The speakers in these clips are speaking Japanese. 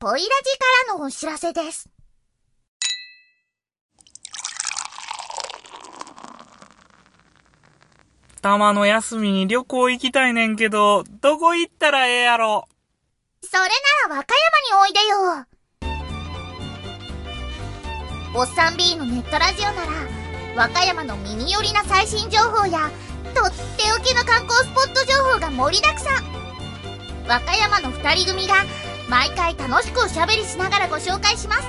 恋ラジからのお知らせです。たまの休みに旅行行きたいねんけど、どこ行ったらええやろ。それなら和歌山においでよ。おっさん B のネットラジオなら、和歌山の耳寄りな最新情報や、とっておきの観光スポット情報が盛りだくさん。和歌山の二人組が、毎回楽しくおしゃべりしながらご紹介します。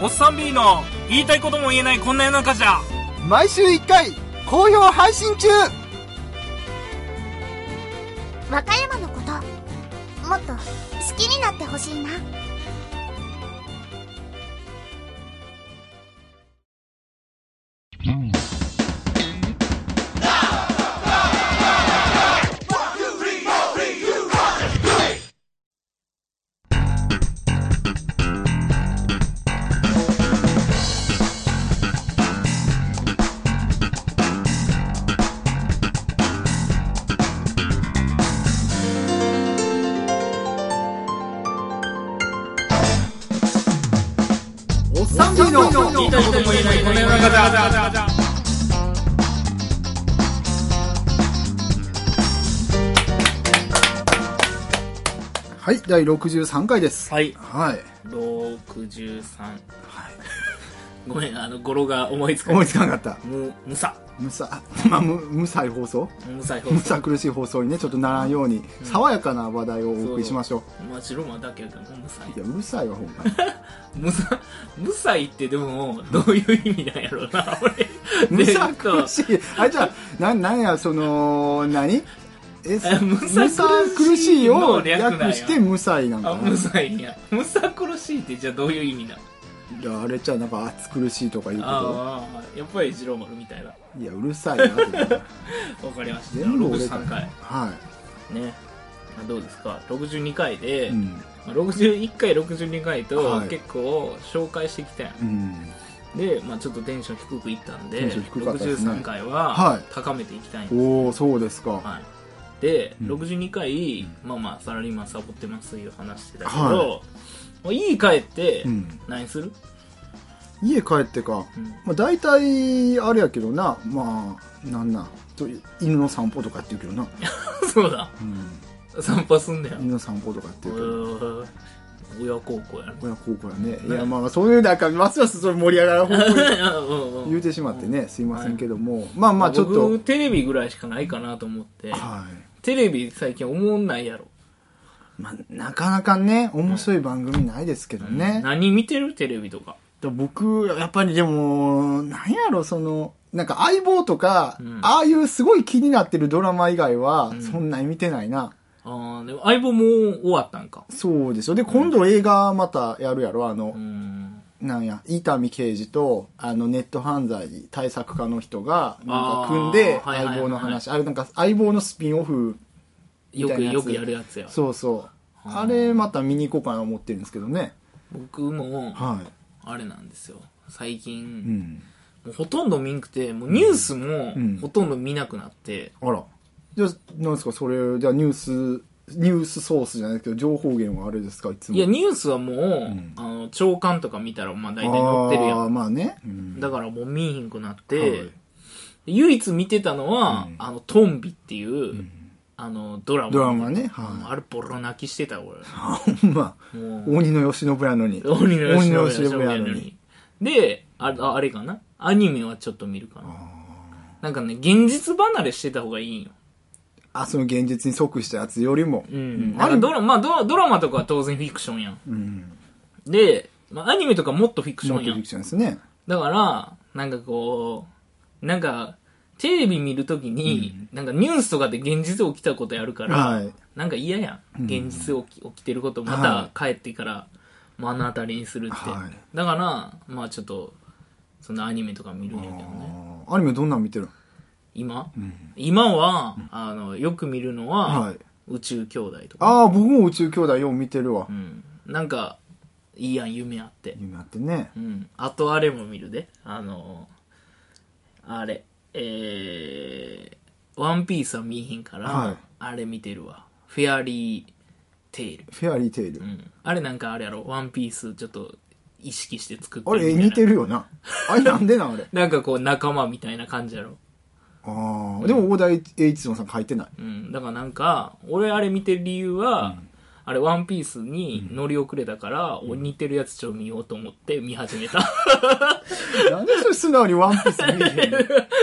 おっさん B の言いたいことも言えないこんな世の中じゃ。毎週1回好評配信中和歌山のこと、もっと好きになってほしいな。おっさん B の言いたいことも言えないこんな世の中じゃ。はい第63回ですはいはい63。ごめん、あの、語呂が思いつかな思いい。つかなかっむ、むさ。たむさ まあむむさい放送むさい放む送。さ苦しい放送にねちょっとならんように爽やかな話題をお送りしましょまあ、白馬だけやけど、むさいうい。やうるさいわほんまにむさ、むさいってでも、どういう意味なんやろう な、俺。むさなん苦かしいあじゃあななんやその何えあむさむさ苦しいをの略なんや略してむさいなんあ、かなむさいんや。むさ苦しいってじゃあどういう意味なんいやあれじゃあなんか暑苦しいとかいうこああ、やっぱり二郎丸みたいな。といやうるさいなってわかりました。全部俺63回。はね。まあどうですか ?62 回で、いうんまあ61回、62回とはい結構紹介してきたやん。うんで、まあちょっとテンション低くいったんで、テンション低かったですね63回ははい高めていきたいんでおおそうですか、はい、で、うん62回、うまあまあサラリーマンサボってますいう話してたけど、はいもういい帰って、うん、何する、家帰ってか、うん まあ、大体あれやけどなまあなんなんと犬の散歩とかやってるけどな、そうだうん、散歩すんだよ犬の散歩とかやってるけどうん親孝行やこれは高校やねいねやまあまあそういうなんかますますそれ盛り上がる方向になうんうん言うてしまってねすいませんけども、まあまあちょっ僕とテレビぐらいしかないかなと思ってはいテレビ最近思んないやろ、まあ、なかなかね面白い番組ないですけどね、何見てるテレビとかでも僕、やっぱりでも、なんやろ、その、なんか相棒とか、うんああいうすごい気になってるドラマ以外は、んそんなに見てないな。あーでも相棒もう終わったんかそうでしょ。で、今度映画またやるやろ、あのう、んなんや、伊丹刑事と、あの、ネット犯罪対策課の人が、なんあーか組んで、はいはいはい相棒の話、あれなんか相棒のスピンオフ、よみたくいなやつよくやるやつやそうそう。あーあれまた見に行こうかな思ってるんですけどね。僕もはい。あれなんですよ最近、うん。もうほとんど見んくて、もうニュースもうんほとんど見なくなって、あら。じゃあ、なんですか、それ、じゃあニュース、ニュースソースじゃないですけど、情報源はあれですか、いつも。いや、ニュースはもう、んあの、長官とか見たら、まあ大体載ってるやあーん。まあね。うんだからもう見えへんくなっはいて、唯一見てたのは、うんあの、トンビっていう、あの、ドラマ。ドラマね。うんはあれ、ボロ泣きしてた、俺。い。 ほんま、もう、鬼の慶喜やのに。鬼の吉野鬼家の慶やの喜に。で、あれ、ああれかなアニメはちょっと見るかな。なんかね、現実離れしてた方がいいんよ。あ、その現実に即したやつよりも。うん。ああれれ、ドラマ、まあド、ドラマとかは当然フィクションやん。うん。で、まあ、アニメとかもっとフィクショノンートやフィんク。ションですね。だから、なんかこう、なんか、テレビ見るときに、なんかニュースとかで現実起きたことやるから、はいなんか嫌やん。現実起き起きてることまはた帰ってから目の当たりにするって。はだから、まあちょっと、そのアニメとか見るんやけどあね。ーアニメどんなん見てるの今、今は、あの、よく見るのは、はい宇宙兄弟とか。ああ、僕も宇宙兄弟よう見てるわう。ん。なんか、いいやん、夢あって。夢あってねう。ん。あとあれも見るで。あのーあれ、えー、ワンピースは見えへんから、はいあれ見てるわ。フェアリーテイル。フェアリーテイルう。ん。あれなんかあれやろ、ワンピースちょっと意識して作ってあれ、絵みたい似なてるよ な。あれなんでなんあれ。なんかこう仲間みたいな感じやろ。ああ。でも、大田栄一郎さん書いてない。うん。だからなんか、俺あれ見てる理由は、あれ、ワンピースに乗り遅れたから、お似てるやつちょっと見ようと思って見始 めた。なんでそれ素直にワンピース見えへん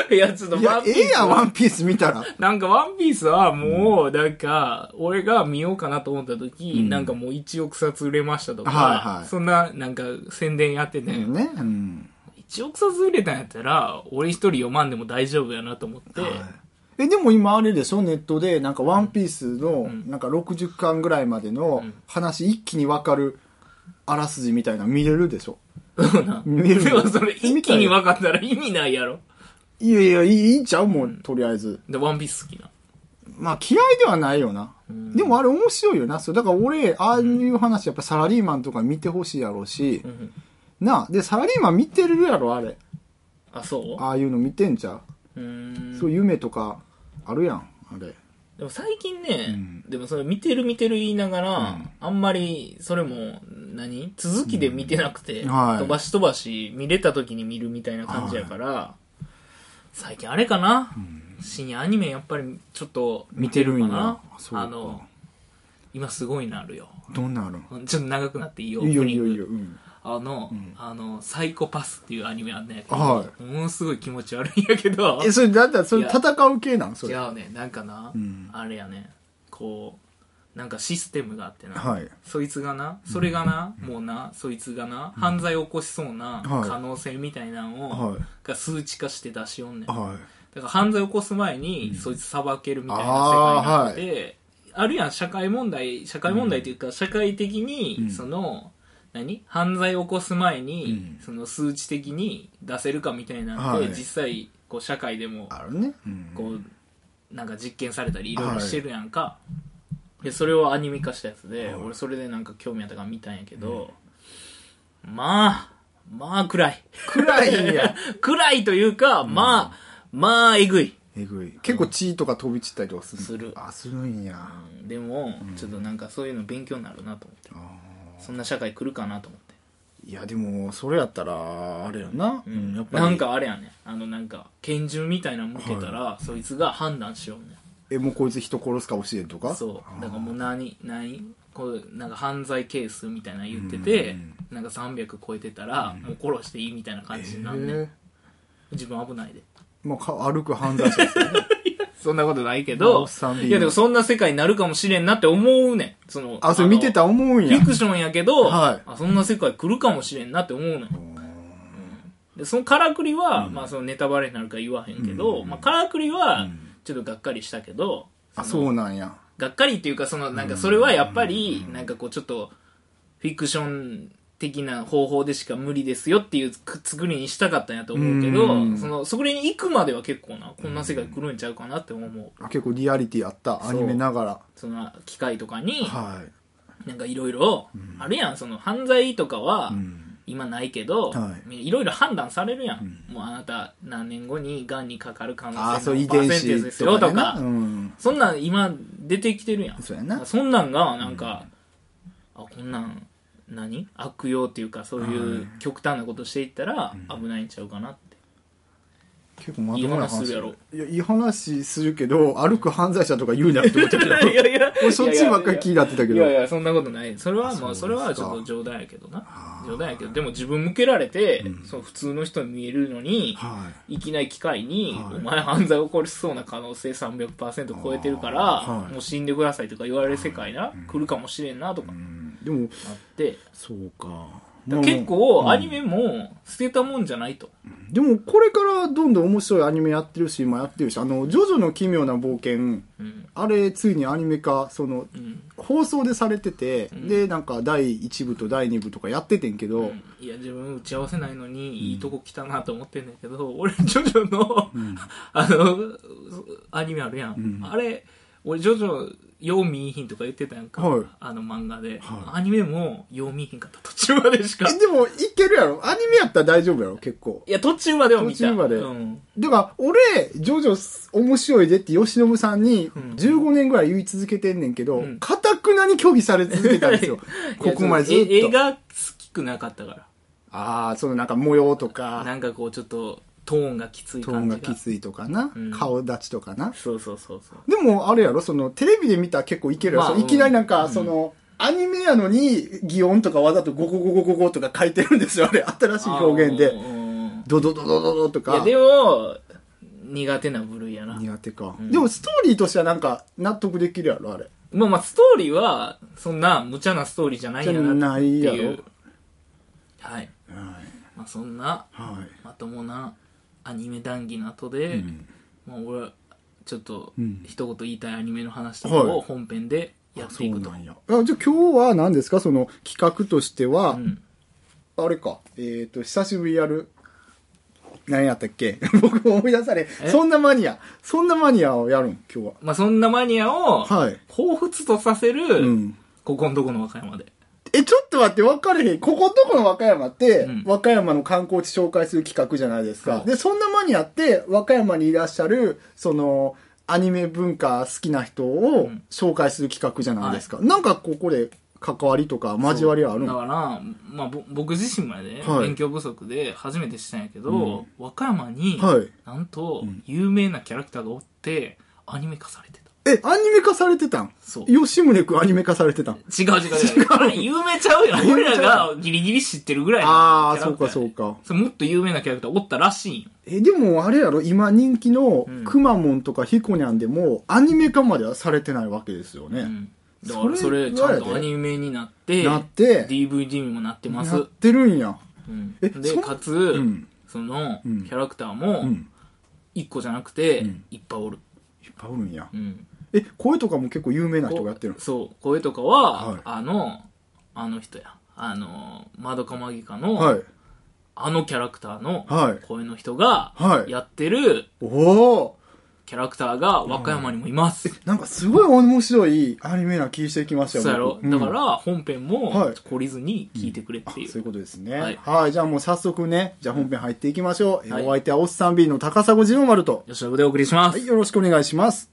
のやつのいや、ええやん、はワンピース見たら。なんかワンピースはもう、なんか、俺が見ようかなと思った時、なんかもう1億冊売れましたとか、はいはいそんな、なんか宣伝やってたよ、ね。うん。 1億冊売れたんやったら、俺一人読まんでも大丈夫やなと思って、え、でも今あれでしょネットで、なんかワンピースの、なんか60巻ぐらいまでの話一気にわかるあらすじみたいなの見れるでしょそうな。見えるでもそれ一気にわ分かったら意味ないやろ。いやいや、いいいいんちゃうもう、とりあえず。で、ワンピース好きな。まあ嫌いではないよな。でもあれ面白いよな。そうだから俺、ああいう話やっぱサラリーマンとか見てほしいやろうし、んなあ、で、サラリーマン見てるやろ、あれ。あ、そうああいうの見てんちゃうーう。ん。そういう夢とかあるやん、あれ。でも最近ね、んでもそれ見てる見てる言いながら、うんあんまりそれも何続きで見てなくて、うんはい飛ばし飛ばし見れた時に見るみたいな感じやから、最近あれかな、深夜アニメやっぱりちょっと見てるんかやなあそうかあの今すごいなるよどんなんあるちょっと長くなっていいよのいいよオープいいニンよグいいよ。うんあの、あのサイコパスっていうアニメあんねんけど、はものすごい気持ち悪いんやけどえ、それ、だったら、そいれや戦う系なんそ違れ。はうねなんかな、んあれやねこうなんかシステムがあってな、い。そいつがなそれがな、もうなそいつがな、犯罪を起こしそうなはい可能性みたいなのを、はいが数値化して出しよんねんだかはい。ら犯罪を起こす前に、そいつ裁けるみたいな世あ界ーになってて、あるやん社会問題社会問題というか、社会的に、その何犯罪を起こす前に、その数値的に出せるかみたいなんで、はい実際こう社会でもあるね。うんこうなんか実験されたりいろいろしてるやんか、でそれをアニメ化したやつで、俺それでなんか興味あったから見たんやけど、まあまあ暗い暗いんや。 暗いというか、まあまあえぐいえぐい。結構血とか飛び散ったりとかする。するあ、するんや。うんでも、ちょっとなんかそういうの勉強になるなと思ってそんな社会来るかなと思っていや、でも、それやったら、あれやな。うん、やっぱり。なん。かあれやねあのなんか拳銃みたいなの向けたら、そいつが判断しようねえ、もうこいつ人殺すかもしれんとかそうだからもう何何こうなんか犯罪ケースみたいなの言ってて、なんか300超えてたら、もう殺していいみたいな感じになんねん、え自分危ないでーもうか歩く犯罪者ですね。そんなことないけまあおどっさんでいいいよやでもそんな世界になるかもしれんなって思うねんそのあ、それの見てたら思うんフやィ。クションやけど、はいあそんな世界来るかもしれんなって思うのよ、でそのからくりは、まあ、そのネタバレになるから言わへんけど、まあ、からくりはちょっとがっかりしたけど、あ、そうなんや。がっかりっていうかそのなんかそれはやっぱりなんかこうちょっとフィクション的な方法でしか無理ですよっていうく作りにしたかったんやと思うけどうんそのそれに行くまでは結構なこんな世界来るんちゃうかなって思うあ結構リアリティあった、アニメながら。その機械とかにはい。なんかいろいろあるやんその犯罪とかはうん。今ないけどはいろいろ判断されるやんもうあなた何年後にがんにかかる可能あ、性そう、の遺パー伝センテージで子すよとかとでな。かうん。そんなん今出てきてるやんそうやな。そんなんがなんか、あこんなん何悪用っていうかそういう極端なことしていったら危ないんちゃうかなっ て、結構まともないい話す話るやろいやいい話するけど歩く犯罪者とか言うなって思ってたけどいやいや俺そっちばっかり気になってたけいどやいやそんなことないそれはまあそそうれですかはちょっと冗談やけどな冗談やけどでも自分向けられて、そう普通の人に見えるのに、はいきなり機会に、はいお前犯罪起こりそうな可能性300%超えてるから、あーはいもう死んでくださいとか言われる世界な、来るかもしれんなとかい、うなっん、でもて、そうかだからまあ結構アニうメも捨てたもんじゃないと、んでもこれからどんどん面白いアニメやってるし今やってるしあの「ジョジョの奇妙な冒険うん」あれついにアニメ化そのうん放送でされてて、んでなんか第1部と第2部とかやっててんけど、いや自分打ち合わせないのにいいとこ来たなと思ってんだけど、 俺ジョジョの、 あのアニメあるやん、あれ俺ジョジョ読みいひんとか言ってたやんか、はいあの漫画で、はアニメも読みいひんかった途中までしか えでもいけるやろアニメやったら大丈夫やろ結構いや途中までは見た途中までうん、だから俺ジョジョ面白いでって由伸さんにん15年ぐらい言い続けてんねんけど、うん。固くなに拒否され続けたんですよここまでずっ いや映と。画好きくなかったかああ、そのなんか模様とら。か、なんかこう、ちょっと、トーンがきついトー感ンじがが。きついとかな、うん顔立ちとかな。そうそうそうそう。でも、あれやろ、その、テレビで見たら結構いけるやろ、まあそういきなりなんか、うんその、アニメやのに、擬音とかわざとゴゴゴゴゴゴとか書いてるんですよ、あれ。新しい表現あーで。うんドドドドドドといや、か。でも、苦手な部類やな。苦手か、うんでも、ストーリーとしてはなんか、納得できるやろ、あれ。まあまあ、ストーリーは、そんな無茶なストーリーじゃないんやなってじゃないやいろう。はい。はい。まあ、そんな、はい。まともなアニメ談義の後で、うんまあ、俺はちょっとうん一言言いたいアニメの話とかはいを本編でやっていくと、ああじゃあ今日は何ですかその企画としては、うんあれか。えっ、と、久しぶりやる。何やったっけ僕思い出され。えそんなマニア。そんなマニアをやるん、今日まあ、そんなマニアをは。はい。彷彿とさせる、うん。ここんとこの和歌山でえ、ちょっと待って、分かれへん。ここんとこの和歌山って、うん和歌山の観光地紹介する企画じゃないですか。はいで、そんなマニアって、和歌山にいらっしゃる、その、アニメ文化好きな人うをん紹介する企画じゃないですか。なんかここで関わりとか交わりはあるだのから、まあ、ぼ僕自身まで、ねはい勉強不足で初めてしたんやけど、和歌山に、はい。なんとうん有名なキャラクターがおってアニメ化されてたえ、アニメ化されてたんそう吉宗くんアニメ化されてたん違う違う違うあれ有名ちゃうよ俺らがギリギリ知ってるぐらいのああ、キャそラうクターかやそうか。それもっと有名なキャラクターおったらしいんよえ、でもあれやろ、今人気のうんくまモンとかひこにゃんでも、アニメ化まではされてないわけですようね。んだからそそれれちゃんとアニメになってなって、 DVD にもなってますやってるんや。うんえでそんかつ、んそのキうんャラクターもうん。 1個じゃなくてうんいっぱいおる、いっぱいおるんや。うんえ、声とかも結構有名な人がやってるんこそう声とかは、はいあのあの人やあのまどかまぎかの、はい。あのキャラクターのはい声の人がはいやってるおおキャラクターが和歌山にもいます、なんかすごい面白いアニメな気してきましたよそうやろ、僕んだから本編もはい懲りずに聞いてくれっていう、そういうことですね。ははいい。じゃあもう早速ね、じゃあ本編入っていきましょう。えーはいお相手はおっさん B の高砂次郎丸と。吉田でお送りします、はい、よろしくお願いします。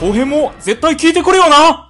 後編も絶対聞いてくれよな